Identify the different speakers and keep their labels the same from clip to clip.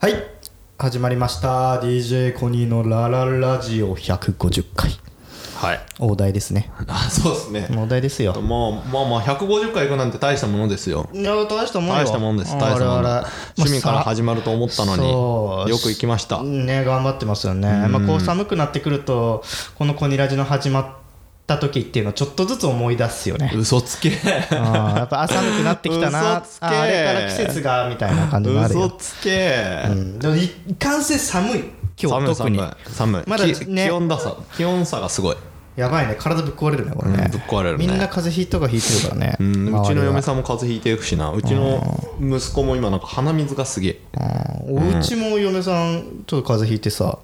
Speaker 1: はい始まりました DJ コニーのラララジオ150回
Speaker 2: はい。
Speaker 1: 大台ですね
Speaker 2: あ、そうですね。
Speaker 1: 大台ですよ
Speaker 2: もう、まあまあ、150回行くなんて大したものですよ。
Speaker 1: いや大したもんよ
Speaker 2: 大したもんです。
Speaker 1: 我
Speaker 2: 大したもん
Speaker 1: 々
Speaker 2: だ。趣味から始まると思ったの
Speaker 1: そう
Speaker 2: に、よく行きました。
Speaker 1: ね頑張ってますよね、まあ、こう寒くなってくるとこの「コニラジ」の始まった時っていうのをちょっとずつ思い出すよね
Speaker 2: 嘘つけ。
Speaker 1: あーやっぱあ寒くなってきたな
Speaker 2: 嘘つけ
Speaker 1: あーあれから季節がみたいな感じがある
Speaker 2: 嘘
Speaker 1: よ、
Speaker 2: つけ。
Speaker 1: うん、でもいいかんせん寒い今日
Speaker 2: 寒い
Speaker 1: 特に
Speaker 2: 寒い寒い
Speaker 1: まだね
Speaker 2: き気温ださ気温差がすごい、
Speaker 1: やばいね体ぶっ壊れるねこれね,、
Speaker 2: うんぶっ壊れるね
Speaker 1: みんな風邪ひいとかひいてるからね、
Speaker 2: うん、う
Speaker 1: 周
Speaker 2: ち
Speaker 1: り
Speaker 2: の
Speaker 1: は
Speaker 2: 嫁さんも風邪ひいていくしなうちの息子も今なんか鼻水がすげえ
Speaker 1: うんおうちも嫁さんちょっと風邪ひいてさ、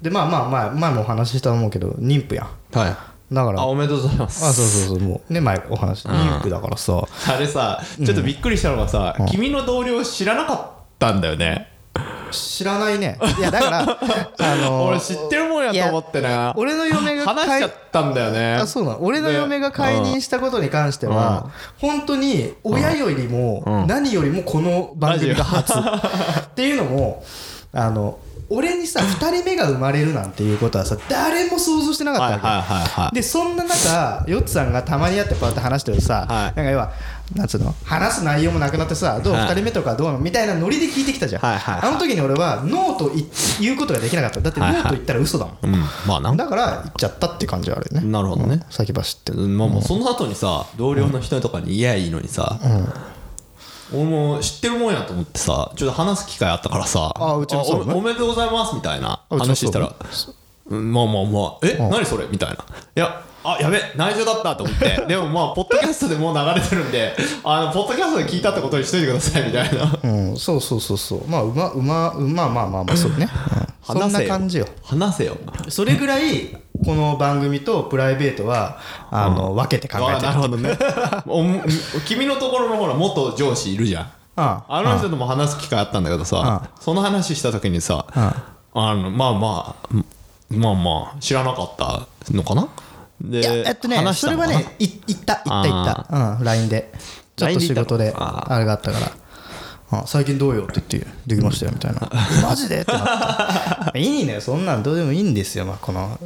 Speaker 1: でまあまあまあ前もお話ししたと思うけど妊婦やん
Speaker 2: はい
Speaker 1: だから
Speaker 2: あおめでとうございま
Speaker 1: あ
Speaker 2: す
Speaker 1: そうそうそうもうね前お話し妊婦だからさ、
Speaker 2: あれさちょっとびっくりしたのがさ、君の同僚知らなかったんだよね、
Speaker 1: 知らないねいやだからあの
Speaker 2: 俺知ってるもんやと思ってな
Speaker 1: 俺の嫁が
Speaker 2: 話しちゃったんだよね
Speaker 1: あそうなの俺の嫁が解任したことに関しては、本当に親よりも何よりもこの番組が 初っていうのもあの俺にさ2人目が生まれるなんていうことはさ誰も想像してなかった
Speaker 2: は
Speaker 1: わ
Speaker 2: い
Speaker 1: け、
Speaker 2: はいはいはい
Speaker 1: でそんな中ヨッツさんがたまにやってこうやって話してるとさ、
Speaker 2: はい
Speaker 1: なんか要はなんつうの話す内容もなくなってさどう、二
Speaker 2: はい
Speaker 1: 2人目とかどうのみたいなノリで聞いてきたじゃん、
Speaker 2: はいはいはい
Speaker 1: あの時に俺はノーとい言うことができなかっただってノーと言ったら嘘だもん、
Speaker 2: うんまあなん
Speaker 1: だから言っちゃったって感じはあるよね
Speaker 2: なるほどね
Speaker 1: うん先走って
Speaker 2: うんまあもうその後にさ同僚の人とかに言えばいいのにさ、俺も知ってるもんやと思ってさちょっと話す機会あったからさ
Speaker 1: あうちもそうね
Speaker 2: おおめでとうございますみたいな
Speaker 1: あうちも
Speaker 2: 話
Speaker 1: そう
Speaker 2: したらうんまあまあまあえ何それみたいないやあやべ内情だったと思っ てでもまあポッドキャストでもう流れてるんであのポッドキャストで聞いたってことにしといてくださいみたいな
Speaker 1: うん、そうそうそうそうまあうまうまうまあまあまあま あそうね、うん、そん
Speaker 2: 話せ
Speaker 1: な
Speaker 2: よ
Speaker 1: 感じよ
Speaker 2: 話せよ
Speaker 1: それぐらいこの番組とプライベートはあの、分けて考え
Speaker 2: あ
Speaker 1: て
Speaker 2: な
Speaker 1: る
Speaker 2: るほどねおん 君のところのほら元上司いるじゃん
Speaker 1: あ
Speaker 2: あの人とも話す機会あったんだけどさその話した時にさあのまあまあまあまあ知らなかったのかなで
Speaker 1: いやえっとね
Speaker 2: 話し
Speaker 1: そ
Speaker 2: た
Speaker 1: れ
Speaker 2: のか
Speaker 1: は
Speaker 2: な
Speaker 1: ねい行った行った行った、うん、LINE でちょっ
Speaker 2: LINE
Speaker 1: と
Speaker 2: で
Speaker 1: 仕
Speaker 2: 行ったの
Speaker 1: 事で
Speaker 2: あ
Speaker 1: あれがあったからあ最近どうよって言ってできましたよみたい なマジでってなったいいねそんなんどうでもいいんですよ、まあ、この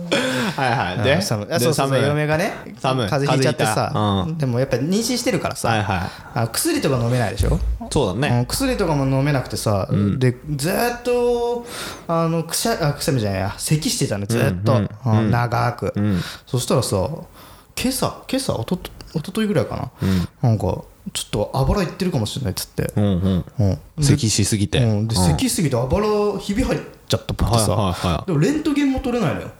Speaker 2: はいはい
Speaker 1: あ
Speaker 2: で
Speaker 1: 寒いあそうそうそう
Speaker 2: で
Speaker 1: 嫁がね
Speaker 2: 寒い
Speaker 1: 風邪ひいちゃって
Speaker 2: 風
Speaker 1: さ
Speaker 2: 邪、ひい
Speaker 1: でもやっぱ妊娠してるからさ、
Speaker 2: はいはい
Speaker 1: あ薬とか飲めないでしょ
Speaker 2: そうだね
Speaker 1: うん薬とかも飲めなくてさ、でずーっとあのくしゃあくしゃみじゃないや咳してたのずーっと、うん長く、そしたらさ今朝今朝おとと一昨日ぐらいかな、なんかちょっとあばらいってるかもしれないっつって、
Speaker 2: うんうん
Speaker 1: うん
Speaker 2: 咳しすぎて
Speaker 1: うん、で
Speaker 2: うん
Speaker 1: 咳すぎてあばらひび入っちゃったっぽくてさ、
Speaker 2: はいはいはい
Speaker 1: でもレントゲンも取れないのよ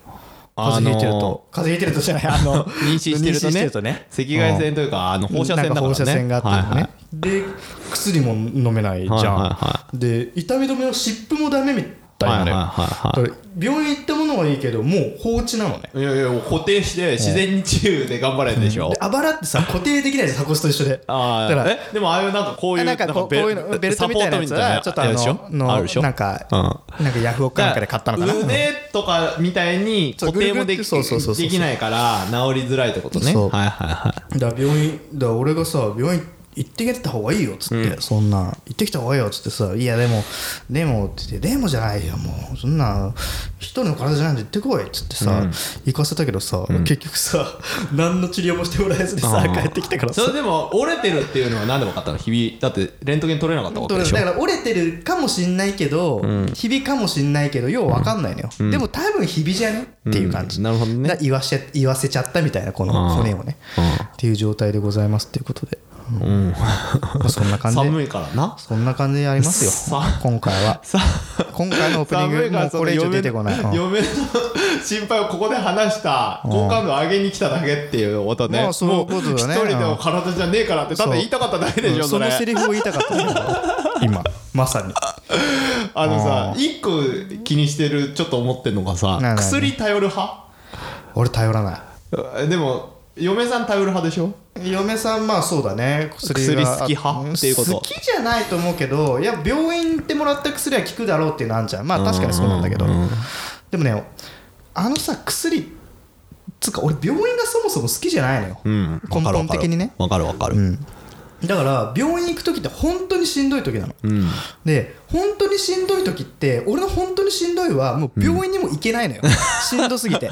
Speaker 2: あ
Speaker 1: 風
Speaker 2: のー
Speaker 1: 邪ひいてると風邪ひいてるとじゃ ないあの
Speaker 2: 妊娠してるとね赤外線というかあの放射線
Speaker 1: なん
Speaker 2: だからね
Speaker 1: 放射線があって
Speaker 2: はいはい
Speaker 1: ね、で薬も飲めないじゃん、
Speaker 2: はいは
Speaker 1: で痛み止めの湿布もダメみたいなのよ、
Speaker 2: はいはいはい
Speaker 1: だから病院行ったものはいいけどもう放置なのね
Speaker 2: いやいやもう固定して自然に治癒で頑張れんでしょ
Speaker 1: であばらってさ固定できないじゃん鎖骨と一緒で
Speaker 2: ああ
Speaker 1: だから
Speaker 2: えでもああいうなんかこういう
Speaker 1: なんかこうこういうのベルトみたいなやつはちょっとあ
Speaker 2: サポートみたいなやつでしょ
Speaker 1: のの
Speaker 2: あるでしょ
Speaker 1: なんか、
Speaker 2: う
Speaker 1: なんかヤフオクかなんかで買ったのかな
Speaker 2: 腕とかみたいに
Speaker 1: そう
Speaker 2: 固定もで
Speaker 1: ぐるぐるってそ
Speaker 2: き
Speaker 1: うそうそうそう
Speaker 2: できないから治りづらいってことね
Speaker 1: そう
Speaker 2: はいはいはい
Speaker 1: だから病院だから俺がさ病院行ってきた方がいいよっつって、そんな行ってきた方がいいよっつってさいやでもでもって言ってでもじゃないよもうそんな一人の体じゃないんで行ってこいっつってさ、行かせたけどさ、結局さ 何の治療もしてもらえずにさ
Speaker 2: あー
Speaker 1: 帰ってきたからさ
Speaker 2: それでも折れてるっていうのは何で分かったの日々だってレントゲン取れなかったわけでしょ
Speaker 1: だから折れてるかもしんないけど、ひびかもしんないけどようわかんないのよ、でも多分ひびじゃねっていう感じ、
Speaker 2: うんなるほどね
Speaker 1: だから言わせ言わせちゃったみたいなこの骨をねっていう状態でございますっていうことで、
Speaker 2: うん
Speaker 1: まあそんな感じで
Speaker 2: 寒いからな
Speaker 1: そんな感じでやりますよ
Speaker 2: さ、
Speaker 1: 今回は。
Speaker 2: さ
Speaker 1: 今回のオープニング、もうこれ以上出てこない。うん
Speaker 2: 嫁の嫁の心配をここで話した好感度上げに来ただけっていうことね、
Speaker 1: まあそういうことだね
Speaker 2: も一人でも体じゃねえからってだって言いたかっただけでしょ、
Speaker 1: そ
Speaker 2: それ
Speaker 1: のセリフを言いたかったんだ けど今、まさに。
Speaker 2: あのさ一個気にしてるちょっと思ってんのがさ
Speaker 1: なになに
Speaker 2: 薬頼る派
Speaker 1: 俺、頼らな
Speaker 2: えでも嫁さん頼る派でしょ
Speaker 1: い。嫁さん、まあそうだね、薬が
Speaker 2: 薬好き派
Speaker 1: うん
Speaker 2: っていうこと
Speaker 1: 好きじゃないと思うけど、いや、病院行ってもらった薬は効くだろうっていうのあるじゃん。まあ確かにそうなんだけど。でもね、あのさ、薬、つうか、俺、病院がそもそも好きじゃないのよ。
Speaker 2: うん
Speaker 1: 根本的にね。
Speaker 2: わかるわかる、
Speaker 1: うんだから病院行く時って本当にしんどい時なの、
Speaker 2: うん
Speaker 1: で本当にしんどい時って俺の本当にしんどいはもう病院にも行けないのよ、しんどすぎ て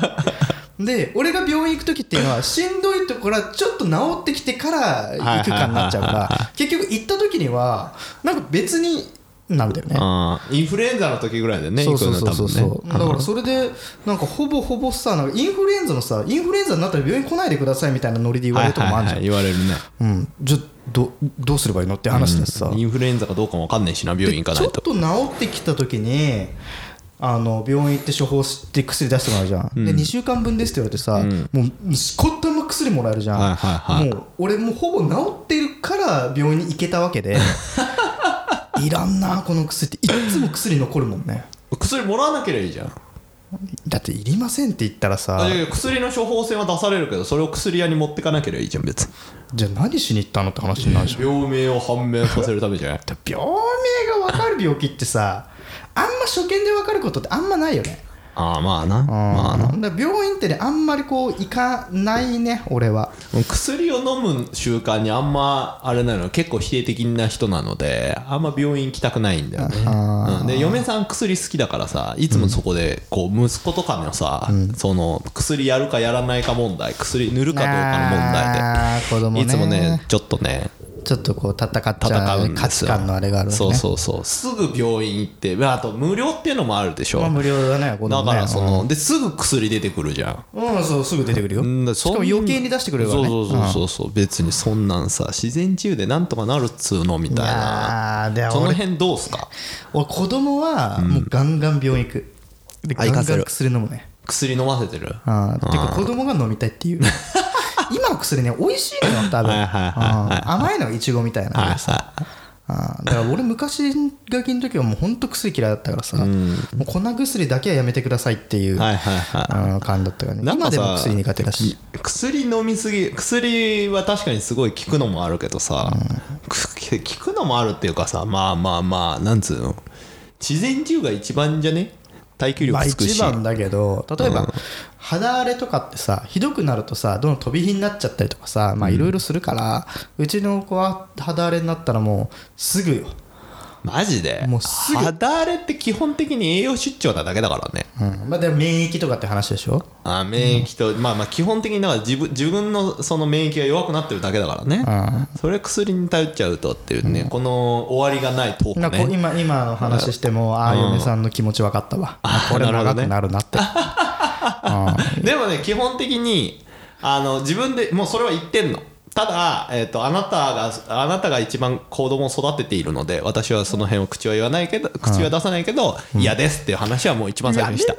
Speaker 1: で俺が病院行く時っていうのはしんどいところはちょっと治ってきてから行くかになっちゃうから結局行った時にはなんか別になんだよね
Speaker 2: あーインフルエンザの時ぐらいだよね
Speaker 1: そうそうそうそう
Speaker 2: 行くの
Speaker 1: だ
Speaker 2: 多分
Speaker 1: か
Speaker 2: ね
Speaker 1: らそれでなんかほぼほぼさなんかインフルエンザのさインフルエンザになったら病院来ないでくださいみたいなノリで言われるとこもあるじゃん、
Speaker 2: はいはいはい言われるね
Speaker 1: うん、じゃどどうすればいいのって話だしさ、
Speaker 2: インフルエンザかどうかも分かんないしな病院行か
Speaker 1: ち
Speaker 2: な
Speaker 1: ょ
Speaker 2: い
Speaker 1: っ
Speaker 2: と
Speaker 1: と治ってきた時にあの病院行って処方して薬出してもらうじゃん、で2週間分ですって言われてさ、もうしこったま薬もらえるじゃん、
Speaker 2: はいはいはい
Speaker 1: もう俺もうほぼ治ってるから病院に行けたわけ でいらんなこの薬っていっつも薬残るもんね
Speaker 2: 薬もらわなければいいじゃん
Speaker 1: だっていりませんって言ったらさ
Speaker 2: あいやいや薬の処方箋は出されるけどそれを薬屋に持ってかなければいいじゃん別に
Speaker 1: じゃあ何しに行ったのって話になるじゃん
Speaker 2: 病名を判明させるためじ ゃない
Speaker 1: 病名が分かる病気ってさあんま初見で分かることってあんまないよね
Speaker 2: ああまあなまあな
Speaker 1: うんだから病院ってねあんまりこう行かないね俺は
Speaker 2: 薬を飲む習慣にあんまあれなの結構否定的な人なのであんま病院行きたくないんだよね、うん、で嫁さん薬好きだからさいつもそこでこう息子とかのさ、その薬やるかやらないか問題薬塗るかどうかの問題
Speaker 1: あー子供
Speaker 2: で
Speaker 1: ね
Speaker 2: いつもねちょっとね
Speaker 1: ちょっとこう戦っち
Speaker 2: 戦
Speaker 1: ゃ
Speaker 2: う
Speaker 1: うん
Speaker 2: ですよ
Speaker 1: 価値観のあれがあるわね
Speaker 2: そうそうそうすぐ病院行ってまああと無料っていうのもあるでしょ、
Speaker 1: まあ無料だね子供
Speaker 2: だ
Speaker 1: ね
Speaker 2: からその、ですぐ薬出てくるじゃん
Speaker 1: うんうんそうすぐ出てくるよ
Speaker 2: うんだ
Speaker 1: しかも余計に出してくれるからね
Speaker 2: そうそうそうそうそう、別にそんなんさ自然治癒でなんとかなるっつうのみたいな
Speaker 1: あーで
Speaker 2: その
Speaker 1: 俺
Speaker 2: 辺どうすか
Speaker 1: 俺子供はもうガンガン病院行くでガ
Speaker 2: あ
Speaker 1: ンガ
Speaker 2: 行かせる
Speaker 1: ン薬飲むね
Speaker 2: 薬飲ませてる
Speaker 1: あーてか子供が飲みたい っていう今の薬ね美味しいのよ多分
Speaker 2: はいはいはいはい
Speaker 1: うん甘いのいちごみたいな
Speaker 2: はいさ
Speaker 1: あーだから俺昔ガキの時はもう本当薬嫌いだったからさ、もう粉薬だけはやめてくださいっていう、
Speaker 2: はいはいはい
Speaker 1: あー感じだったからね
Speaker 2: なん
Speaker 1: 今
Speaker 2: かさ
Speaker 1: でも薬苦手だし
Speaker 2: 薬飲みすぎ薬は確かにすごい効くのもあるけどさ、く効くのもあるっていうかさまあまあまあなんつうの自然治癒が一番じゃね耐久
Speaker 1: まあ
Speaker 2: 力つく
Speaker 1: 一
Speaker 2: し、
Speaker 1: 番だけど例えば肌荒れとかってさひどくなるとさどんどん飛び火になっちゃったりとかさまあいろいろするから、うちの子は肌荒れになったらもうすぐよ
Speaker 2: マジで
Speaker 1: もうすぐ
Speaker 2: 肌荒れって基本的に栄養失調なだけだからね
Speaker 1: うんまあ、でも免疫とかって話でしょ
Speaker 2: あ免疫と、まあまあ基本的にだから自分自分のその免疫が弱くなってるだけだからね、それ薬に頼っちゃうとっていうね、この終わりがないトー
Speaker 1: なんかこ
Speaker 2: ク
Speaker 1: う
Speaker 2: ね
Speaker 1: 今今の話してもああ嫁さんの気持ち分かったわ、あこれ長くなるな って
Speaker 2: でもね基本的にあの自分でもうそれは言ってんのただ、えー、とあなたがあなたが一番子供を育てているので私はその辺を口は言わないけど口は出さないけど嫌、ですっていう話はもう一番最初にした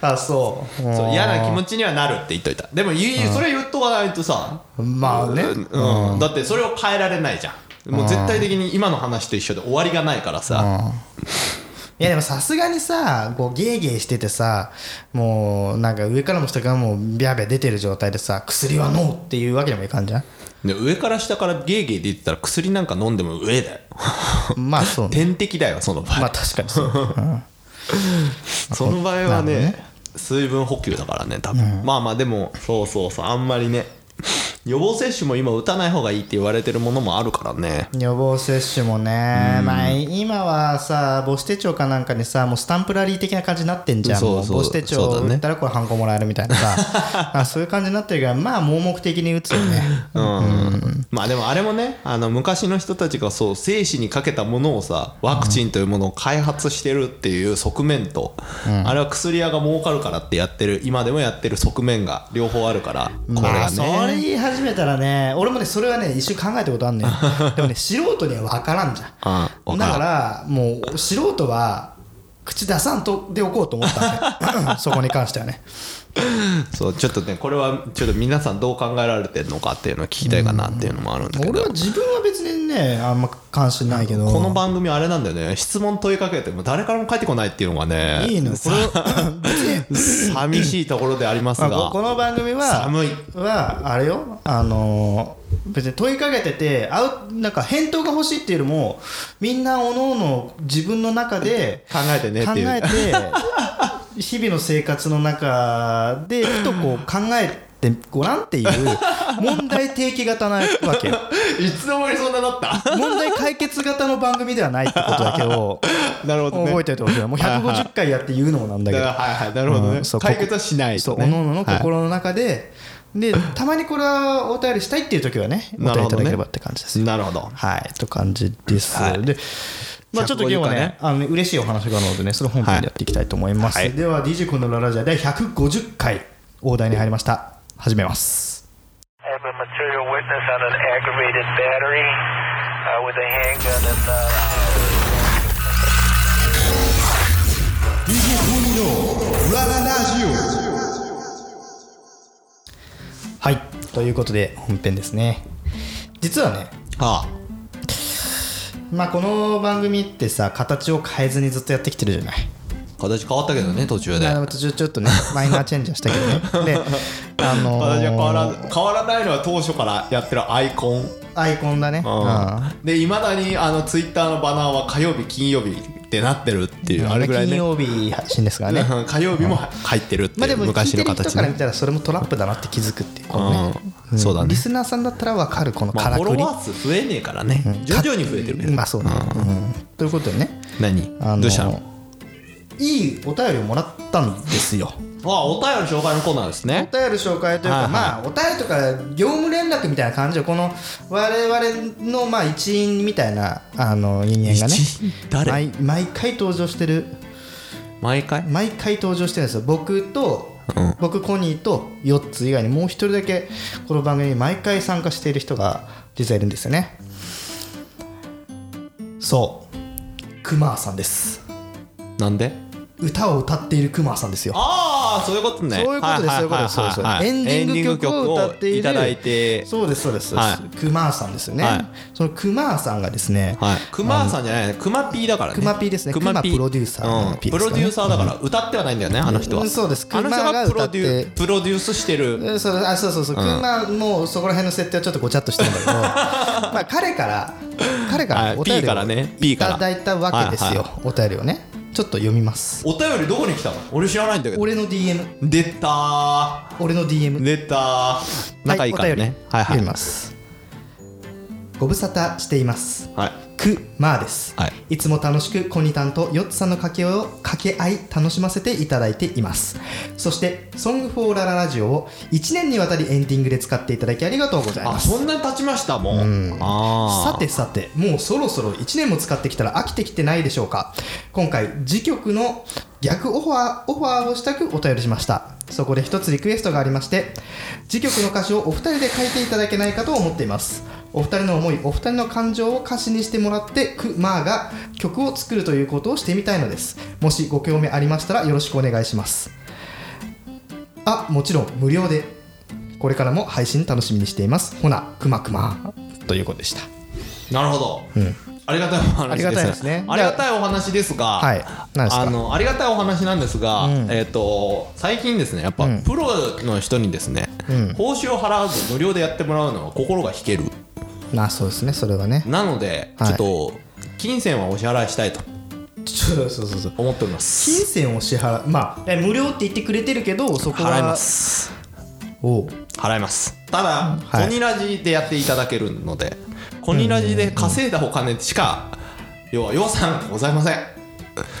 Speaker 1: あそううん
Speaker 2: そう嫌な気持ちにはなるって言っといたでも言いそれは言っとかないとさ
Speaker 1: まあね、
Speaker 2: うん、だってそれを変えられないじゃんもう絶対的に今の話と一緒で終わりがないからさ
Speaker 1: いやでもさすがにさこうゲーゲーしててさもうなんか上からも下からもビャービャー出てる状態でさ薬はノーっていうわけにもいか んじゃん
Speaker 2: で上から下からゲーゲーで言ってたら薬なんか飲んでも上だよ
Speaker 1: まあそう ね
Speaker 2: 点滴だよその場合、
Speaker 1: まあ確かにそう
Speaker 2: その場合はね
Speaker 1: なる
Speaker 2: 水分補給だからね多分、まあまあでもそうそうそうあんまりね予防接種も今打たない方がいいって言われてるものもあるからね
Speaker 1: 予防接種もね、まあ、今はさ母子手帳かなんかにさもうスタンプラリー的な感じになってんじゃん
Speaker 2: そうそ
Speaker 1: もう
Speaker 2: う
Speaker 1: 母子手帳
Speaker 2: そうだね
Speaker 1: 打ったらこれハンコもらえるみたいな さあそういう感じになってるからまあ盲目的に打つよね
Speaker 2: うんまあでもあれもねあの昔の人たちがそう生死にかけたものをさワクチンというものを開発してるっていう側面と、あれは薬屋が儲かるからってやってる今でもやってる側面が両方あるからこ
Speaker 1: ま
Speaker 2: れが
Speaker 1: あそれ
Speaker 2: ね、
Speaker 1: 言い始めたらね俺もねそれはね一瞬考えたことあ んのよでもね素人には分からんじゃん
Speaker 2: うん分からん
Speaker 1: だからもう素人は口出さんとでおこうと思ったん でそこに関してはね
Speaker 2: そうちょっとねこれはちょっと皆さんどう考えられてるのかっていうのを聞きたいかなっていうのもあるんだけ
Speaker 1: 俺
Speaker 2: ど、
Speaker 1: は自分は別にねあんま関心ないけど
Speaker 2: この番組あれなんだよね質問問いかけても誰からも返ってこないっていうのがね
Speaker 1: いいのよこれを別に
Speaker 2: 寂しいところであります
Speaker 1: まあここ
Speaker 2: が
Speaker 1: の番組は
Speaker 2: 寒い
Speaker 1: はあれよあのー別に問いかけててあうなんか返答が欲しいっていうよりもみんなおのの自分の中で
Speaker 2: 考えてね
Speaker 1: 考
Speaker 2: っていう
Speaker 1: えて日々の生活の中でふとこう考えってごらんっていう問題提起型なわ けよ
Speaker 2: いつの間にそんななっ た
Speaker 1: 問題解決型の番組ではないってことだけを
Speaker 2: なるほどね
Speaker 1: 覚えておいてほしいなもう150回やって言うのもなんだけど
Speaker 2: だからはいはいなるほどね、
Speaker 1: うんそう
Speaker 2: 解決はしない
Speaker 1: そ
Speaker 2: と
Speaker 1: う、お
Speaker 2: ね
Speaker 1: のおのの
Speaker 2: はい
Speaker 1: 心の中で、で、たまにこれはお便りしたいっていう時はね、お
Speaker 2: なる
Speaker 1: 便りいた
Speaker 2: ほどね
Speaker 1: だければって感じですよ。
Speaker 2: なるほど
Speaker 1: はい、と感じです。
Speaker 2: はい
Speaker 1: で、まあちょっと今日は
Speaker 2: 150回
Speaker 1: ね
Speaker 2: ね、
Speaker 1: あのね嬉しいお話があるのでね、それ本編でやっていきたいと思います。
Speaker 2: はい
Speaker 1: では、DJ コンドララジャー第150回、大台に入りました。始めます。
Speaker 3: I have a material witness on an aggravated battery uh, with a handgun and. Uh
Speaker 1: はい、ということで本編ですね。実はね、
Speaker 2: は
Speaker 1: まあこの番組ってさ、形を変えずにずっとやってきてるじゃない。
Speaker 2: あ形変わったけどね途中で
Speaker 1: まあで
Speaker 2: 形
Speaker 1: も途中ちょっ とね、マイナーチェンジはしたけどね。で、あの
Speaker 2: は
Speaker 1: ー
Speaker 2: 変わら変わらないのは当初からやってるアイコン
Speaker 1: アイコンだね。うん
Speaker 2: うんでいまだにあのツイッターのバナーは火曜日金曜日ってなってるっていうあれぐらい
Speaker 1: 金
Speaker 2: ね
Speaker 1: 曜日発信ですから ね。
Speaker 2: うん火曜日も入ってるって
Speaker 1: まあ
Speaker 2: い
Speaker 1: で
Speaker 2: う
Speaker 1: も、聞い
Speaker 2: 昔
Speaker 1: て
Speaker 2: の
Speaker 1: る人
Speaker 2: 形
Speaker 1: から見
Speaker 2: ね
Speaker 1: たら、それもトラップだなって気づくっていう、このね、
Speaker 2: うんそうだね
Speaker 1: リスナーさんだったら分かる、この
Speaker 2: まあ
Speaker 1: から
Speaker 2: フォ
Speaker 1: く
Speaker 2: ロ
Speaker 1: り。
Speaker 2: ワー数増えねえからね徐々に増えてるけど
Speaker 1: まあそうだね。うんということでね、
Speaker 2: 何
Speaker 1: あの
Speaker 2: どうしたの
Speaker 1: いいお便りをもらったんですよ。
Speaker 2: あお便り紹介のコーナーです
Speaker 1: お
Speaker 2: ね
Speaker 1: 便り紹介という
Speaker 2: は
Speaker 1: か、
Speaker 2: いはい
Speaker 1: まあ、お便りとか業務連絡みたいな感じを、この我々のまあ一員みたいなあの人間がね
Speaker 2: 一員、誰
Speaker 1: 毎毎回登場してる
Speaker 2: 毎回
Speaker 1: 毎回登場してるんですよ僕と、
Speaker 2: うん
Speaker 1: 僕コニーとヨッツ以外にもう一人だけこの番組に毎回参加している人が実はいるんですよねそうクマーさんです
Speaker 2: なんで
Speaker 1: 歌を歌っているクマーさんですよ
Speaker 2: ああそういうことね
Speaker 1: そういうことです
Speaker 2: は
Speaker 1: そういうことですそうです
Speaker 2: はいはいはい
Speaker 1: エンディング曲を歌っている
Speaker 2: エンディング曲をただいて
Speaker 1: そうですそうです、そう
Speaker 2: は
Speaker 1: ですクマーさんですよね、
Speaker 2: はい
Speaker 1: そのクマーさんがですね、
Speaker 2: はい、クマさんじゃないね、クマピーだからね。
Speaker 1: クマピーですね
Speaker 2: クマピー
Speaker 1: クマプロデューサーの
Speaker 2: うん
Speaker 1: ピーで
Speaker 2: プ
Speaker 1: すかね
Speaker 2: ロデューサーだから、歌ってはないんだよね、あの人
Speaker 1: う
Speaker 2: は。
Speaker 1: んそうです
Speaker 2: あの人
Speaker 1: クマが
Speaker 2: がプ
Speaker 1: 歌
Speaker 2: ロ
Speaker 1: っ
Speaker 2: デ
Speaker 1: て
Speaker 2: ュープロデュースしてる。
Speaker 1: うんそうあそうそうそう、クマもうそこら辺の設定はちょっとごちゃっとしてるんだ けどまあ彼から彼か
Speaker 2: は
Speaker 1: ら
Speaker 2: い
Speaker 1: お便
Speaker 2: P から
Speaker 1: りを
Speaker 2: ね P
Speaker 1: い
Speaker 2: から
Speaker 1: ただいたわけですよ、
Speaker 2: は
Speaker 1: お便りをねちょっと読みます
Speaker 2: お便りどこに来たの俺知らないんだけど。
Speaker 1: 俺の DM
Speaker 2: 出たー。
Speaker 1: 俺の DM
Speaker 2: 出たー。仲いいからね。
Speaker 1: は、
Speaker 2: は
Speaker 1: お便り読
Speaker 2: いいはい。
Speaker 1: みます、ご無沙汰しています
Speaker 2: はい。
Speaker 1: くまーです、
Speaker 2: はい
Speaker 1: い、つも楽しくコニタンとヨッツさんの掛けを掛け合い楽しませていただいていますそして「ソングフォーラララジオ」を1年にわたりエンディングで使っていただきありがとうござい
Speaker 2: あ、
Speaker 1: ます
Speaker 2: そんなに経ちましたもん。ああ。
Speaker 1: さてさてもうそろそろ1年も使ってきたら飽きてきてないでしょうか今回次局の逆オファーオファーをしたくお便りしましたそこで一つリクエストがありまして次局の歌詞をお二人で書いていただけないかと思っていますお二人の思いお二人の感情を歌詞にしてもらってクマーが曲を作るということをしてみたいのですもしご興味ありましたらよろしくお願いしますあもちろん無料でこれからも配信楽しみにしていますほなくまくまということでした
Speaker 2: なるほど、ありがたいお
Speaker 1: あ
Speaker 2: 話です
Speaker 1: りがたいですね
Speaker 2: ありがたいお話ですが、
Speaker 1: はい何ですか
Speaker 2: あのありがたいお話なんですが、えっ、と最近ですねやっぱ、
Speaker 1: うん
Speaker 2: プロの人にですね、
Speaker 1: ん
Speaker 2: 報酬を払わず無料でやってもらうのは心が引ける
Speaker 1: まあそうですねそれはね
Speaker 2: なので、
Speaker 1: はい
Speaker 2: ちょっと金銭はお支払いしたいと
Speaker 1: そうそうそうそう
Speaker 2: 思っております
Speaker 1: 金銭を支払うまあえ無料って言ってくれてるけどそこは
Speaker 2: 払います
Speaker 1: おう
Speaker 2: 払いますただ、
Speaker 1: はい
Speaker 2: コニラジでやっていただけるのでコニラジで稼いだお金しか、要は予算がございません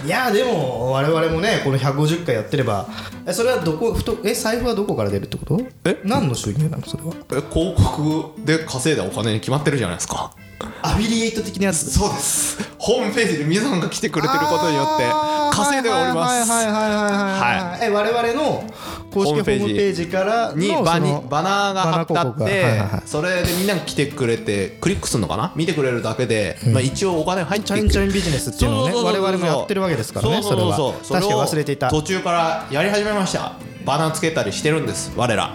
Speaker 1: いやでも我々もねこの150回やってればえそれはどこふとえ財布はどこから出るってこと
Speaker 2: え
Speaker 1: 何の収入なのそれは
Speaker 2: え広告で稼いだお金に決まってるじゃないですか
Speaker 1: アフィリエイト的なやつ
Speaker 2: そうですホームページで皆さんが来てくれてることによって稼いでおります、
Speaker 1: はいはいはいはいはいはい、え我々の公式ホームページからの
Speaker 2: に
Speaker 1: その
Speaker 2: バにバナーが貼ってあ
Speaker 1: バ
Speaker 2: っ
Speaker 1: ナー広告がはい
Speaker 2: て、
Speaker 1: はいはい
Speaker 2: それでみんなが来てくれてクリックするのかな見てくれるだけで、まあ、一応お金入って
Speaker 1: チャ
Speaker 2: くる
Speaker 1: インチャインビジネスっていうのをね
Speaker 2: そうそうそうそう
Speaker 1: 我々もやってるわけですからね
Speaker 2: そうそうそう
Speaker 1: それは確か
Speaker 2: を
Speaker 1: に忘れていた
Speaker 2: 途中からやり始めましたバナーつけたりしてるんです我ら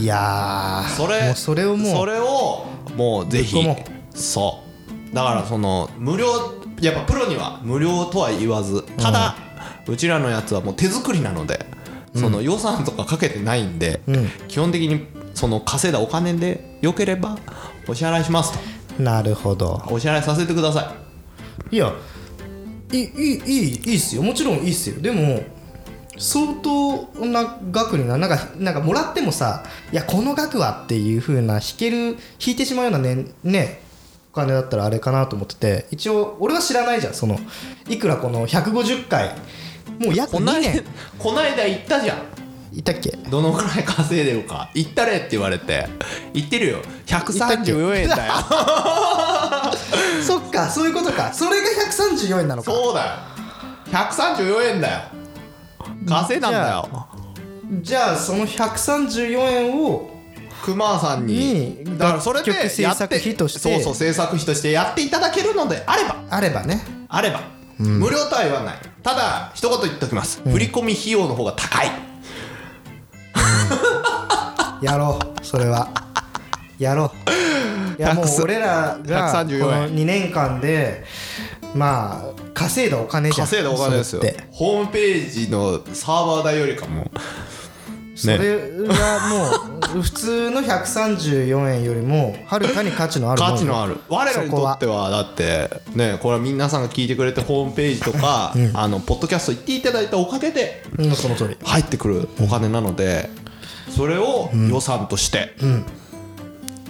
Speaker 1: いやー
Speaker 2: それ
Speaker 1: もうそれをもう
Speaker 2: それをもうぜひ
Speaker 1: ぶっ込も
Speaker 2: そうだからその無料やっぱプロには無料とは言わずただ、うちらのやつはもう手作りなのでその予算とかかけてないんで、
Speaker 1: ん
Speaker 2: 基本的にその稼いだお金でよければお支払いしますと
Speaker 1: なるほど
Speaker 2: お支払いさせてくださ
Speaker 1: いやいいいいいいいいっすよもちろんいいっすよでも相当な額にななんかなんかもらってもさいやこの額はっていう風な引ける引いてしまうようなねねお金だったらあれかなと思ってて一応俺は知らないじゃんそのいくらこの150回もう約
Speaker 2: こな
Speaker 1: 2
Speaker 2: い
Speaker 1: 年
Speaker 2: こないだ言ったじゃん
Speaker 1: いたっけ
Speaker 2: どのくらい稼いでるか行ったれって言われて行ってるよ134円だよ
Speaker 1: そっかそういうことかそれが134円なのか
Speaker 2: そうだよ134円だよ稼いだんだよ
Speaker 1: じゃあその134円を
Speaker 2: クマさんに
Speaker 1: に
Speaker 2: だからそれで
Speaker 1: 楽曲
Speaker 2: や
Speaker 1: 制
Speaker 2: って
Speaker 1: 作費として
Speaker 2: そうそう制作費としてやっていただけるのであれば
Speaker 1: あればね
Speaker 2: あれば、無料とは言わないただ一言言っておきます、振り込み費用の方が高い
Speaker 1: やろうそれはやろ ういやもう
Speaker 2: 100
Speaker 1: 俺らがこ
Speaker 2: 134円
Speaker 1: の2年間でまあ稼いだお金じゃん
Speaker 2: 稼いだお金ですよ
Speaker 1: それって
Speaker 2: ホームページのサーバー代よりかも
Speaker 1: それがもう普通の134円よりもはるかに価値のあるもん
Speaker 2: 価値のある我らにとってはだってねこれは皆さんが聞いてくれてホームページとか、あのポッドキャスト行っていただいたおかげで
Speaker 1: うんその通り
Speaker 2: 入ってくるお金なので、それを予算として、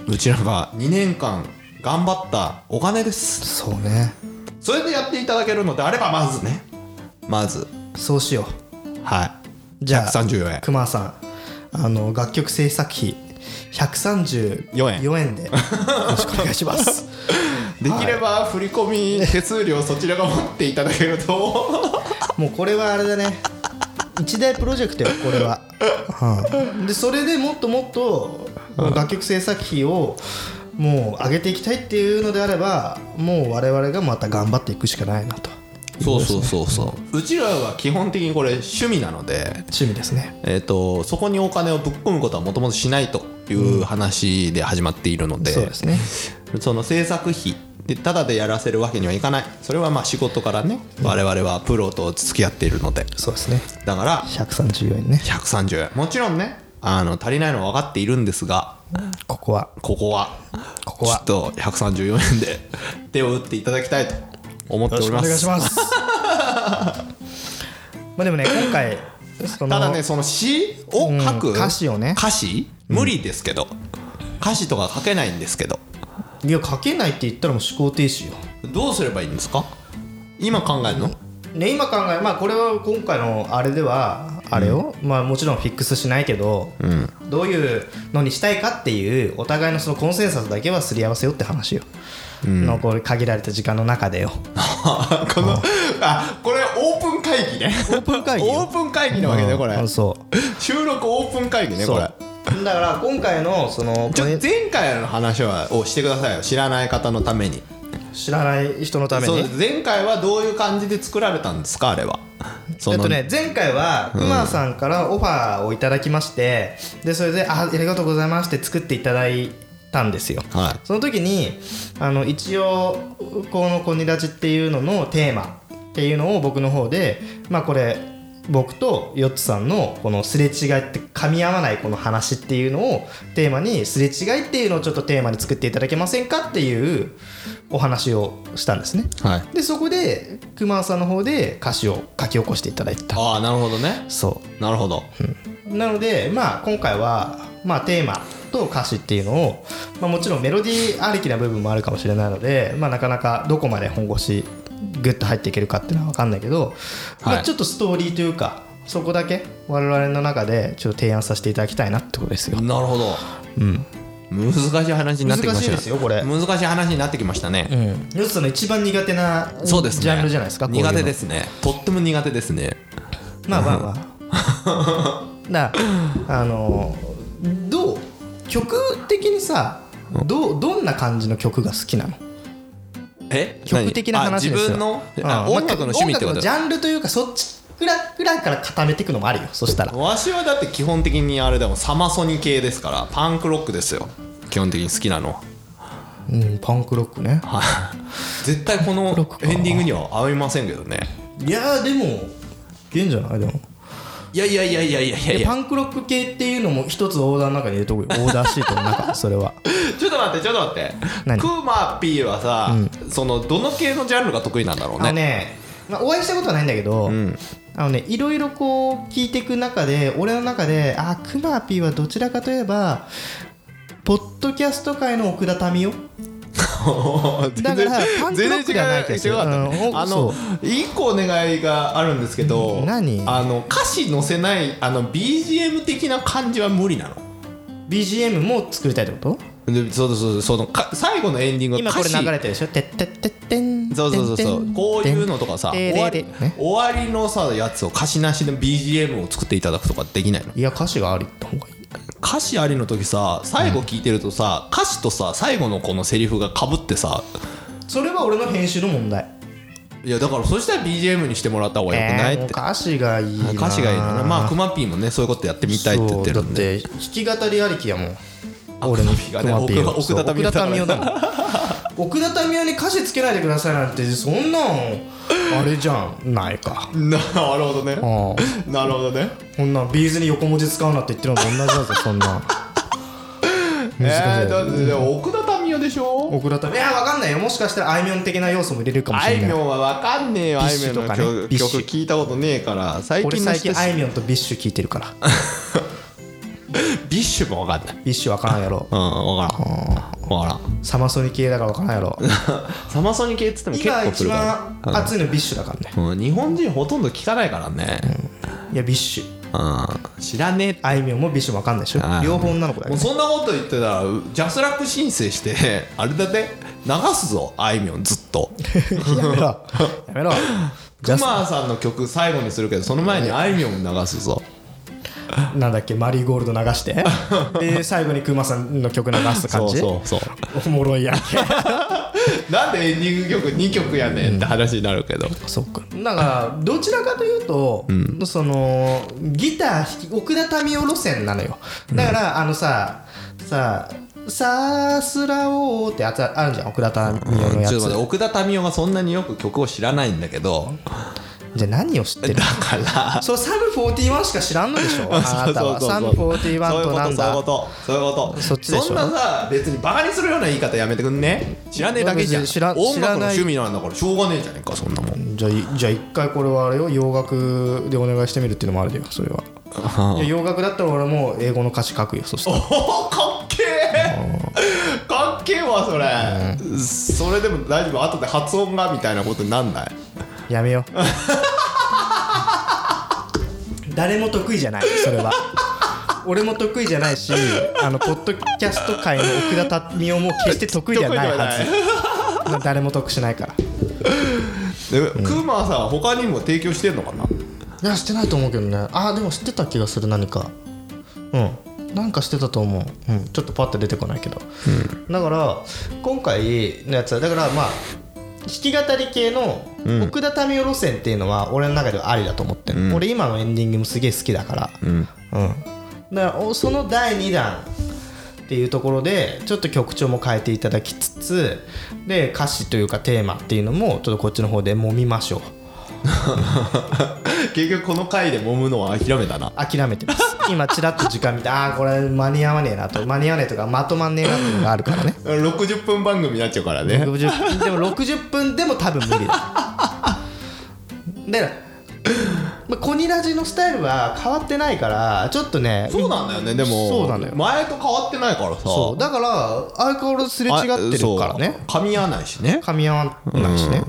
Speaker 2: うちらが2年間頑張ったお金です
Speaker 1: そうね
Speaker 2: それでやっていただけるのであればまずねまず
Speaker 1: そうしよ
Speaker 2: はい。
Speaker 1: うじゃあ
Speaker 2: 134円
Speaker 1: くまさんあの楽曲制作費134円でよろしくお願いします
Speaker 2: できれば振り込み手数料そちらが持っていただけると
Speaker 1: もうこれはあれだね一大プロジェクトよこれは、うん、でそれでもっともっと楽曲制作費をもう上げていきたいっていうのであればもう我々がまた頑張っていくしかないなと
Speaker 2: そうそうそうそううちらは基本的にこれ趣味なので、
Speaker 1: 趣味ですね
Speaker 2: えー、とそこにお金をぶっ込むことはもともとしないという話で始まっているので,、
Speaker 1: そうですね
Speaker 2: その制作費でただでやらせるわけにはいかないそれはまあ仕事からね我々はプロと付き合っているので
Speaker 1: そうですね
Speaker 2: だから
Speaker 1: 134円ね
Speaker 2: 130円もちろんねあの足りないのは分かっているんですが
Speaker 1: ここは
Speaker 2: ここは
Speaker 1: ここは
Speaker 2: ちょっと134円で 手を打っていただきたいと思っております
Speaker 1: ます まあでもね今回その
Speaker 2: ただねその詩を書く、
Speaker 1: うん歌詞をね
Speaker 2: 歌詞無理ですけど、歌詞とか書けないんですけど
Speaker 1: いや書けないって言ったらもう思考停止よ
Speaker 2: どうすればいいんですか今考えるの、
Speaker 1: ね、今考えまあこれは今回のあれではあれを、まあ、もちろんフィックスしないけど、どういうのにしたいかっていうお互いのそのコンセンサスだけはすり合わせよって話よ、のこれ限られた時間の中でよ
Speaker 2: このあこれオープン会議ねオー
Speaker 1: プン会議よ
Speaker 2: オープン会議なわけねこれ、
Speaker 1: うんそ
Speaker 2: 収録オープン会議ねこれ
Speaker 1: うだから今回のその
Speaker 2: ちょ
Speaker 1: これ
Speaker 2: 前回の話はをしてくださいよ知らない方のために
Speaker 1: 知らない人のため
Speaker 2: そ
Speaker 1: に
Speaker 2: う前回はどういう感じで作られたんですかあれはそ
Speaker 1: えっ
Speaker 2: の
Speaker 1: とね、前回はくまさんからオファーをいただきまして、でそれであありがとうございますって作っていただいたんですよ、
Speaker 2: はい
Speaker 1: その時にあの一応この「コニラジ」っていうののテーマっていうのを僕の方でまあこれ僕とヨッツさんのこのすれ違いって噛み合わないこの話っていうのをテーマにすれ違いっていうのをちょっとテーマに作っていただけませんかっていうお話をしたんですね
Speaker 2: はい
Speaker 1: でそこで熊さんの方で歌詞を書き起こしていただいてた
Speaker 2: ああなるほどね
Speaker 1: そ
Speaker 2: なるほど
Speaker 1: うなのでまあ今回は、まあ、テーマと歌詞っていうのを、まあ、もちろんメロディーありきな部分もあるかもしれないので、まあ、なかなかどこまで本腰グッと入っていけるかっていうのは分かんないけど、ま
Speaker 2: は
Speaker 1: あ、
Speaker 2: い
Speaker 1: ちょっとストーリーというかそこだけ我々の中でちょっと提案させていただきたいなってことですよ
Speaker 2: なるほどうん難しい話になってきま
Speaker 1: 難
Speaker 2: した
Speaker 1: しいですよこれ
Speaker 2: 難しい話になってきましたね、
Speaker 1: ヨツさんの一番苦手なジ
Speaker 2: そうですね
Speaker 1: ャンルじゃないですかこういうの
Speaker 2: 苦手ですねとっても苦手ですね
Speaker 1: まあまあまあ だからあのどう曲的にさどうどんな感じの曲が好きなの
Speaker 2: え
Speaker 1: 曲的な話ですよ
Speaker 2: あ自分の、
Speaker 1: うん
Speaker 2: あ音楽の趣味ってこ
Speaker 1: 音楽の
Speaker 2: と
Speaker 1: ジャンルというかそっちぐらいぐらいから固めていくのもあるよそしたら
Speaker 2: わしはだって基本的にあれでもサマソニ系ですからパンクロックですよ基本的に好きなのは
Speaker 1: うんパンクロックね
Speaker 2: はい絶対この
Speaker 1: ロックか
Speaker 2: エンディングには合いませんけどね
Speaker 1: いやーでもいけんじゃないでも
Speaker 2: いやいやいやいやいやいやい
Speaker 1: パ
Speaker 2: や
Speaker 1: ンクロック系っていうのも一つオーダーの中に入れとく よオーダーシートの中それは
Speaker 2: ちょっと待ってちょっと待って
Speaker 1: 何
Speaker 2: クーマーピーはさ、そのどの系のジャンルが得意なんだろう
Speaker 1: あの
Speaker 2: ね
Speaker 1: ねまあ、お会いしたことはないんだけど、
Speaker 2: ん
Speaker 1: あのね、いろいろこう聞いていく中で俺の中であーくまぴーはどちらかといえばポッドキャスト界の奥田民生だからパンクロックではないけど
Speaker 2: 全然違う違うかったね
Speaker 1: うんお
Speaker 2: あの
Speaker 1: そ
Speaker 2: 一個お願いがあるんですけど
Speaker 1: 何
Speaker 2: あの歌詞載せないあの BGM 的な感じは無理なの
Speaker 1: BGM も作りたいってこと
Speaker 2: でそうそうそうそのか最後のエンディング
Speaker 1: 今
Speaker 2: は
Speaker 1: こ
Speaker 2: 歌
Speaker 1: れ
Speaker 2: 詞
Speaker 1: 流れてるでしょ「てってってってん」
Speaker 2: そうそうそうそ
Speaker 1: てんて
Speaker 2: うんこういうのとかさ
Speaker 1: て
Speaker 2: 終
Speaker 1: んてん
Speaker 2: わ
Speaker 1: て
Speaker 2: り
Speaker 1: んてんね
Speaker 2: 終わりのさやつを歌詞なしで BGM を作っていただくとかできないの
Speaker 1: いや歌詞がありった方がいい
Speaker 2: 歌詞ありの時さ最後聞いてるとさ歌詞とさ最後のこのセリフがかぶってさ
Speaker 1: それは俺の編集の問題
Speaker 2: いやだからそしたら BGM にしてもらった方がよくない
Speaker 1: えーも
Speaker 2: っ
Speaker 1: う
Speaker 2: て
Speaker 1: 歌詞がいいな
Speaker 2: 歌詞がいいなまあく
Speaker 1: み
Speaker 2: まぴーもねそういうことやってみたいって言ってるんで
Speaker 1: だって弾き語りありきやもん
Speaker 2: あ
Speaker 1: 俺の
Speaker 2: くまぴーがね
Speaker 1: くまぴー
Speaker 2: 奥
Speaker 1: そう
Speaker 2: 田民生
Speaker 1: 奥田民生だもん 奥田民生に歌詞つけないでくださいなんてそんなんあれじゃんないか
Speaker 2: ななるほどね
Speaker 1: ああ
Speaker 2: なるほどね
Speaker 1: こんなんビーズに横文字使うなって言ってるのと同じだぞそんなん 難し
Speaker 2: えー
Speaker 1: い
Speaker 2: だってでも奥田民生でしょ
Speaker 1: 奥田民生いやわかんないよもしかしたらあいみょん的な要素も入れるかもし
Speaker 2: あ
Speaker 1: れ
Speaker 2: い
Speaker 1: ない
Speaker 2: みょんはわかんねえよ
Speaker 1: ビ
Speaker 2: あ
Speaker 1: ッ
Speaker 2: いみ
Speaker 1: シュ
Speaker 2: ょん
Speaker 1: と
Speaker 2: の
Speaker 1: かね
Speaker 2: 曲
Speaker 1: ビッ
Speaker 2: 曲
Speaker 1: シュ
Speaker 2: 聞いたことねえから最
Speaker 1: 俺
Speaker 2: 近の
Speaker 1: 最近
Speaker 2: 人
Speaker 1: あいみょんとビッシュ聞いてるから
Speaker 2: ビッシュもわかんない
Speaker 1: ビッシュわからんや ろ
Speaker 2: うんわからんわからん
Speaker 1: サマソニ系だからわからんやろ
Speaker 2: サマソニ系っつっても結
Speaker 1: 今
Speaker 2: 構
Speaker 1: 一
Speaker 2: 古か
Speaker 1: 番熱いのビッシュだからね
Speaker 2: らうん日本人ほとんど聞かないからね
Speaker 1: いやビッシュ
Speaker 2: うん知らねえ
Speaker 1: あいみょんもビッシュもわかんないでしょ
Speaker 2: あー
Speaker 1: 両方女の子だ
Speaker 2: も
Speaker 1: よ
Speaker 2: う
Speaker 1: ね
Speaker 2: そんなこと言ってたらジャスラック申請して あれだね流すぞあいみょんずっと
Speaker 1: やめろやめろ
Speaker 2: ク
Speaker 1: ジャス
Speaker 2: マさんの曲最後にするけどその前にあいみょん流すぞ
Speaker 1: なんだっけマリーゴールド流して で最後にクマさんの曲流す感じ
Speaker 2: そうそうそう
Speaker 1: おもろいやんけ
Speaker 2: なんでエンディング曲2曲やねんって話になるけど、
Speaker 1: そうかだからどちらかというと、そのギター弾き奥田民生路線なのよだから、あのさささすらおうってやつあるじゃん奥田民生のや
Speaker 2: ち
Speaker 1: つ、
Speaker 2: ょっと待って奥田民生がそんなによく曲を知らないんだけど
Speaker 1: じゃあ何を知ってる
Speaker 2: だから
Speaker 1: そうサム41しか知らんのでしょあなたは
Speaker 2: そう
Speaker 1: サ
Speaker 2: そ
Speaker 1: ム
Speaker 2: うそう
Speaker 1: 41となんだ
Speaker 2: そういうことそういうことそ
Speaker 1: そ
Speaker 2: ういうこと
Speaker 1: っちでしょ
Speaker 2: んなさ別にバカにするような言い方やめてくんね知らねえだけじゃん
Speaker 1: 別に知ら
Speaker 2: 音
Speaker 1: 知
Speaker 2: 楽
Speaker 1: ら
Speaker 2: の
Speaker 1: ない
Speaker 2: 趣味なんだからしょうがねえじゃねえかそんなもん
Speaker 1: じゃあいじゃあ一回これはあれよ洋楽でお願いしてみるっていうのもあるだよそれは。いや洋楽だったら俺も英語の歌詞書くよそしたら
Speaker 2: おおかっけえ かっけえわそれ、それでも大丈夫後で発音がみたいなことになんない
Speaker 1: やめよう 誰も得意じゃないそれは俺も得意じゃないしあのポッドキャスト界の奥田民生も決して得意ではないは
Speaker 2: 得意では
Speaker 1: ずな誰も得しないから
Speaker 2: ないでクーマーさんは他にも提供してんのかない
Speaker 1: やしてないと思うけどねあーでも知ってた気がする何かうんなんかしてたと思う、うん、ちょっとパッと出てこないけど、だから今回のやつはだからまあ弾き語り系の奥田民生路線っていうのは俺の中ではありだと思ってる、俺今のエンディングもすげえ好きだからうん、だからおその第2弾っていうところでちょっと曲調も変えていただきつつで歌詞というかテーマっていうのもちょっとこっちの方で揉みましょう
Speaker 2: 結局この回で揉むのは諦めたな
Speaker 1: 諦めてます 今ちらっと時間見てああこれ間に合わねえなと間に合わねえとかまとまんねえなっていうのがあるからね
Speaker 2: 60分番組になっちゃうからね
Speaker 1: 60でも60分でも多分無理だだからまあコニラジのスタイルは変わってないからちょっとね
Speaker 2: そうなんだよねでも
Speaker 1: そうなのよ
Speaker 2: 前と変わってないからさ
Speaker 1: そうだから相変わらずすれ違ってるから
Speaker 2: あ
Speaker 1: ね
Speaker 2: そう噛み合わないしね
Speaker 1: 噛み合わないしね、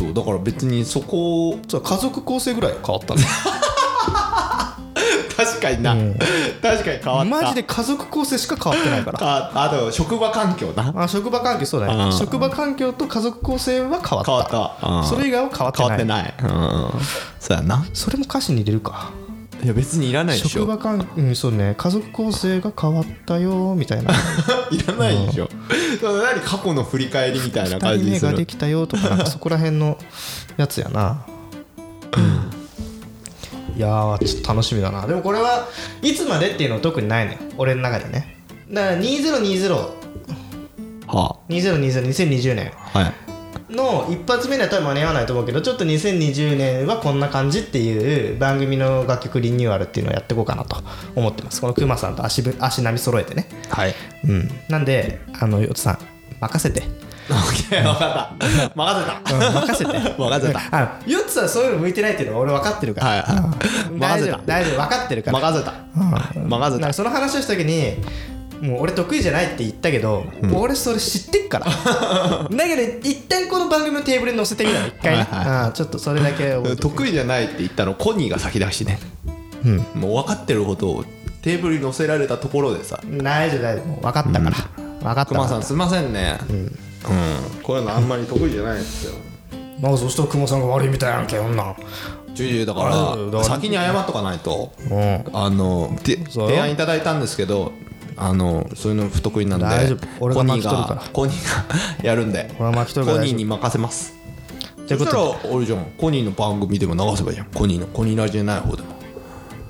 Speaker 2: そうだから別にそこ を
Speaker 1: そう家族構成ぐらいは変わったね
Speaker 2: 確かにな、確かに変わった
Speaker 1: マジで家族構成しか変わってないから
Speaker 2: ああと職場環境な
Speaker 1: あ職場環境そうだ
Speaker 2: う
Speaker 1: ね
Speaker 2: ん
Speaker 1: 職場環境と家族構成は変わった
Speaker 2: 変わったうん
Speaker 1: それ以外は変わって
Speaker 2: 変
Speaker 1: ない
Speaker 2: わってないうんそうやな
Speaker 1: それも歌詞に入れるか
Speaker 2: いや別にいらないでし
Speaker 1: 職
Speaker 2: ょ
Speaker 1: 場関うんそうね家族構成が変わったよみたいな
Speaker 2: いらないでしょその何過去の振り返りみたい な
Speaker 1: 2
Speaker 2: 感
Speaker 1: 人
Speaker 2: じに
Speaker 1: 目
Speaker 2: す
Speaker 1: が
Speaker 2: る
Speaker 1: できたよとか なんかそこら辺のやつやな、いやーちょっと楽しみだなでもこれはいつまでっていうのは特にないのよ俺の中でねだから2020202020
Speaker 2: は
Speaker 1: 2020年
Speaker 2: あはい
Speaker 1: の一発目には多分間に合わないと思うけどちょっと2020年はこんな感じっていう番組の楽曲リニューアルっていうのをやっていこうかなと思ってますこのクマさんと足ぶ足並み揃えてね
Speaker 2: はい
Speaker 1: うん、なんであのよつさん任せて
Speaker 2: OK 分かった任
Speaker 1: 任せ
Speaker 2: せた
Speaker 1: て
Speaker 2: 任せた
Speaker 1: あヨッツはそういうの向いてないっていうのは俺分かってるから、
Speaker 2: はいはい
Speaker 1: うん
Speaker 2: 任
Speaker 1: 大
Speaker 2: せ
Speaker 1: 丈
Speaker 2: た
Speaker 1: 夫大丈夫分かってるから
Speaker 2: 任せた任せ
Speaker 1: なん
Speaker 2: た
Speaker 1: かその話をした時にもう俺得意じゃないって言ったけど、俺それ知ってっ からだけど一旦この番組のテーブルに載せてみたの一回ね、
Speaker 2: はい
Speaker 1: うんちょっとそれだ け覚えて
Speaker 2: 得意じゃないって言ったのコニーが先だしねもう分かってることをテーブルに載せられたところでさ
Speaker 1: 大丈夫大丈夫もう分かったから、分かった
Speaker 2: 熊
Speaker 1: か
Speaker 2: さ
Speaker 1: ら
Speaker 2: んすいませんねうんこういうのあんまり得意じゃないですよ
Speaker 1: なんかそしたら熊さんが悪いみたいやんけそんなん
Speaker 2: ジュジ
Speaker 1: あ
Speaker 2: ュだか
Speaker 1: だからら
Speaker 2: 先に謝っとかないと
Speaker 1: うん
Speaker 2: あのて
Speaker 1: そう
Speaker 2: 提案いただいたんですけどあのそういうの不得意なんで
Speaker 1: 大丈夫俺が
Speaker 2: コニー
Speaker 1: 巻き取るから
Speaker 2: がコニーがやるんで
Speaker 1: 俺が巻き取るか
Speaker 2: コ
Speaker 1: ら大丈夫
Speaker 2: ニーに任せます
Speaker 1: てこ
Speaker 2: そし
Speaker 1: と
Speaker 2: たら俺じゃんコニーの番組でも流せばいいじゃんコニーのコニーラジじゃない方でも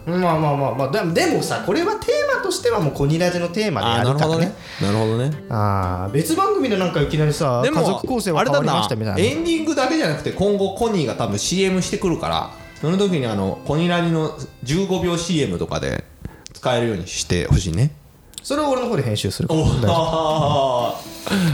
Speaker 1: まあまあまあまあでもでもさこれはテーマとしてはもうコニラジのテーマで
Speaker 2: あ
Speaker 1: あ
Speaker 2: あな
Speaker 1: る
Speaker 2: る
Speaker 1: か
Speaker 2: ほ
Speaker 1: ら
Speaker 2: ど
Speaker 1: ね
Speaker 2: ねなるほどね
Speaker 1: ああ別番組でなんかいきなりさ家族構成は変わりましたみた
Speaker 2: あれだ
Speaker 1: い
Speaker 2: エンディングだけじゃなくて今後コニーが多分 CM してくるからその時にあのコニラリの15秒 CM とかで使えるようにしてほしいね
Speaker 1: なそれを俺の方で編集するから
Speaker 2: おお
Speaker 1: 大丈夫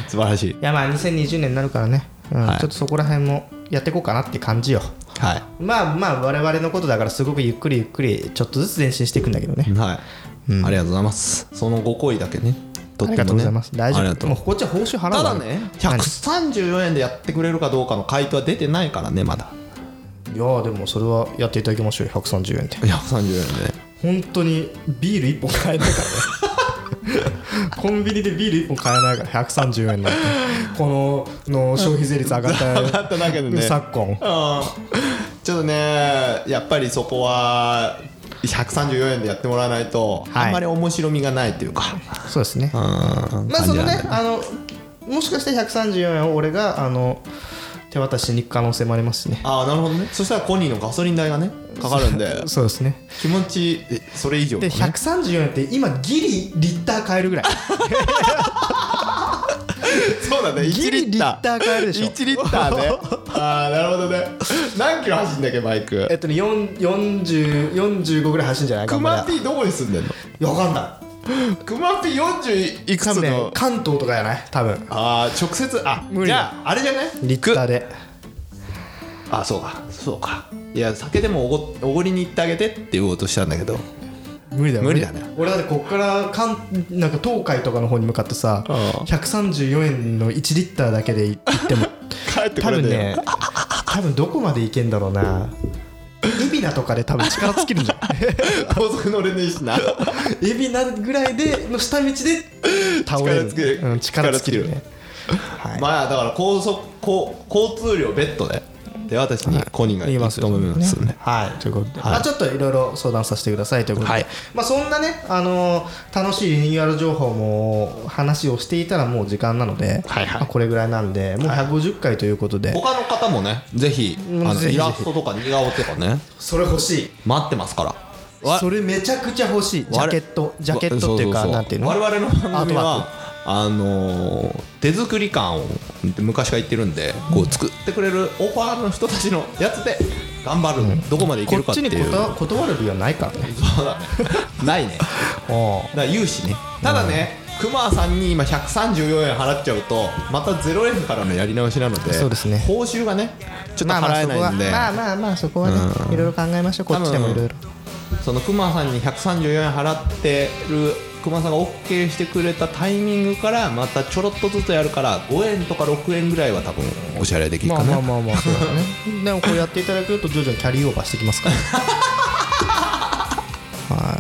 Speaker 2: 素晴らしい
Speaker 1: いやまあ2020年になるからね、うん
Speaker 2: はい
Speaker 1: ちょっとそこら辺もやっていこうかなって感じよ
Speaker 2: は
Speaker 1: まあまあ我々のことだからすごくゆっくりゆっくりちょっとずつ前進していくんだけどね、
Speaker 2: い、はいありがとうございますそのご好意だけねと
Speaker 1: あ
Speaker 2: っ
Speaker 1: りが
Speaker 2: て
Speaker 1: と
Speaker 2: も
Speaker 1: うご
Speaker 2: ね
Speaker 1: ざいます大
Speaker 2: あり
Speaker 1: 丈
Speaker 2: が
Speaker 1: 夫
Speaker 2: とう
Speaker 1: もうこっちは報酬払うわ
Speaker 2: ただね134円でやってくれるかどうかの回答は出てないからねまだ
Speaker 1: いやでもそれはやっていただきましょうよ130円で
Speaker 2: 134円でね
Speaker 1: 本当にビール1本買えない からねコンビニでビール1本買えないから130円なんてこのの消費税率上がった
Speaker 2: 上がっただけでね
Speaker 1: 昨今
Speaker 2: うんちょっとねやっぱりそこは134円でやってもらわないと、
Speaker 1: はい
Speaker 2: あんまり面白みがないというか、
Speaker 1: そうですね
Speaker 2: うん
Speaker 1: まあそのね
Speaker 2: 感じなんだ
Speaker 1: あのもしかして134円を俺があの手渡しに行く可能性もありますしね
Speaker 2: ああなるほどねそしたらコニーのガソリン代がねかかる んで
Speaker 1: そうですね
Speaker 2: 気持ちえそれ以上、ね
Speaker 1: で、134円って今ギリリッター買えるぐらい
Speaker 2: そうだね1
Speaker 1: ギリ
Speaker 2: リッター
Speaker 1: リッター買えるでしょ
Speaker 2: 1リッターね ああなるほどね何キロ走んだっけバイク
Speaker 1: えっとね4 40 45ぐらい走るんじゃないか
Speaker 2: ク
Speaker 1: んま
Speaker 2: マ
Speaker 1: り
Speaker 2: ピーどこに住んでんの
Speaker 1: いやわかんない
Speaker 2: クマピー40いく
Speaker 1: 多
Speaker 2: つ
Speaker 1: 分ね
Speaker 2: の
Speaker 1: 関東とかじゃない多分
Speaker 2: ああ直接あ
Speaker 1: 無理
Speaker 2: じ
Speaker 1: だ
Speaker 2: ゃああれじゃない
Speaker 1: リッターで
Speaker 2: あそうかそうかいや酒でもおごおごりに行ってあげてって言おうとしたんだけど
Speaker 1: 無理だよ
Speaker 2: 無理だね
Speaker 1: 俺だってこっから関なんか東海とかの方に向かってさ
Speaker 2: うん
Speaker 1: 134円の1リッターだけで行っても
Speaker 2: 帰って
Speaker 1: 多
Speaker 2: くれ
Speaker 1: 分
Speaker 2: て
Speaker 1: ね多分どこまで行けんだろうな海老名とかで多分力尽きるんじゃない
Speaker 2: 高速乗れねえしな
Speaker 1: 海老名ぐらいでの下道で倒れる
Speaker 2: 力尽きる
Speaker 1: うん、力尽きるねはい
Speaker 2: まあだから高速こう交通量ベッドでで私にコニーが
Speaker 1: 言い
Speaker 2: 行
Speaker 1: ま
Speaker 2: く
Speaker 1: す
Speaker 2: と
Speaker 1: よ
Speaker 2: 思いますんで、
Speaker 1: はい、ということで、
Speaker 2: はい
Speaker 1: まあ、ちょっといろいろ相談させてくださいということで、
Speaker 2: はい
Speaker 1: まあ、そんなね、あのー楽しいリニューアル情報も話をしていたらもう時間なので、
Speaker 2: はいはい
Speaker 1: まあこれぐらいなんでもう150回ということで、
Speaker 2: 他の方もねぜひ
Speaker 1: うん
Speaker 2: あ
Speaker 1: ぜひぜ
Speaker 2: の
Speaker 1: ひ
Speaker 2: イラストとか似顔絵とかね
Speaker 1: それ欲しい
Speaker 2: 待ってますからわ
Speaker 1: それめちゃくちゃ欲しいジャケットジャケットっていうか
Speaker 2: わそそそ
Speaker 1: なんていうの
Speaker 2: 我々の番組
Speaker 1: アートワ
Speaker 2: はあのー手作り感を昔から言ってるんでこう作ってくれるオファーの人たちのやつで頑張る、どこまでいける
Speaker 1: こ
Speaker 2: か
Speaker 1: っ
Speaker 2: って
Speaker 1: ち
Speaker 2: い
Speaker 1: に
Speaker 2: う
Speaker 1: 断断れるようないからね
Speaker 2: そうだね ないねだか
Speaker 1: おう
Speaker 2: ら融資ねただね、クマさんに今134円払っちゃうとまた0円からのやり直しなので
Speaker 1: そうですね
Speaker 2: 報酬がねちょっと
Speaker 1: まあまあ
Speaker 2: 払え
Speaker 1: そこは
Speaker 2: ないんで、
Speaker 1: まあまあまあそこはね
Speaker 2: うん
Speaker 1: いろいろ考えましょうこっちでもいろいろ
Speaker 2: そのクマさんに134円払ってるクマさんが OK してくれたタイミングからまたちょろっとずつやるから5円とか6円ぐらいは多分お支払いできる
Speaker 1: ま
Speaker 2: か
Speaker 1: あま
Speaker 2: な、
Speaker 1: あまあまあそうだね でもこうやっていただけると徐々にキャリーオーバーしてきますからは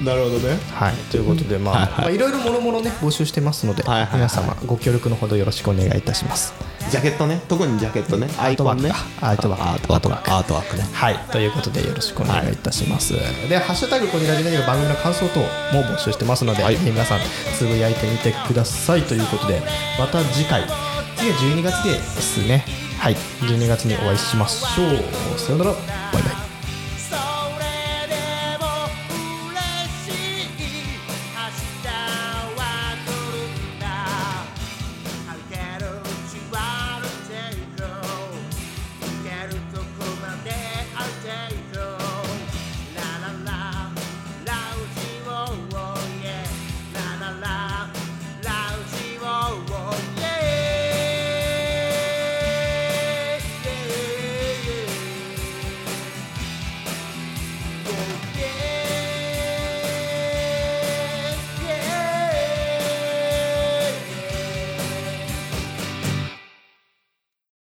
Speaker 1: い
Speaker 2: なるほどね
Speaker 1: はい、ということで、まあ、
Speaker 2: はい
Speaker 1: いまあ、いろいろもろもろね、募集してますので、
Speaker 2: はいはいはい
Speaker 1: 皆様、ご協力のほどよろしくお願いいたします。
Speaker 2: ジャケットね特にジャケットねアイコンね
Speaker 1: アートワークか
Speaker 2: アートワークアートワークね
Speaker 1: はい、ということで、よろしくお願いいたします。で、ハッシュタグ、こちらで番組の感想等も募集してますので、
Speaker 2: はい
Speaker 1: ぜひ皆さん、つぶやいてみてくださいということで、また次回、次は12月ですね。はい、12月にお会いしましょう。さよなら、バイバイ。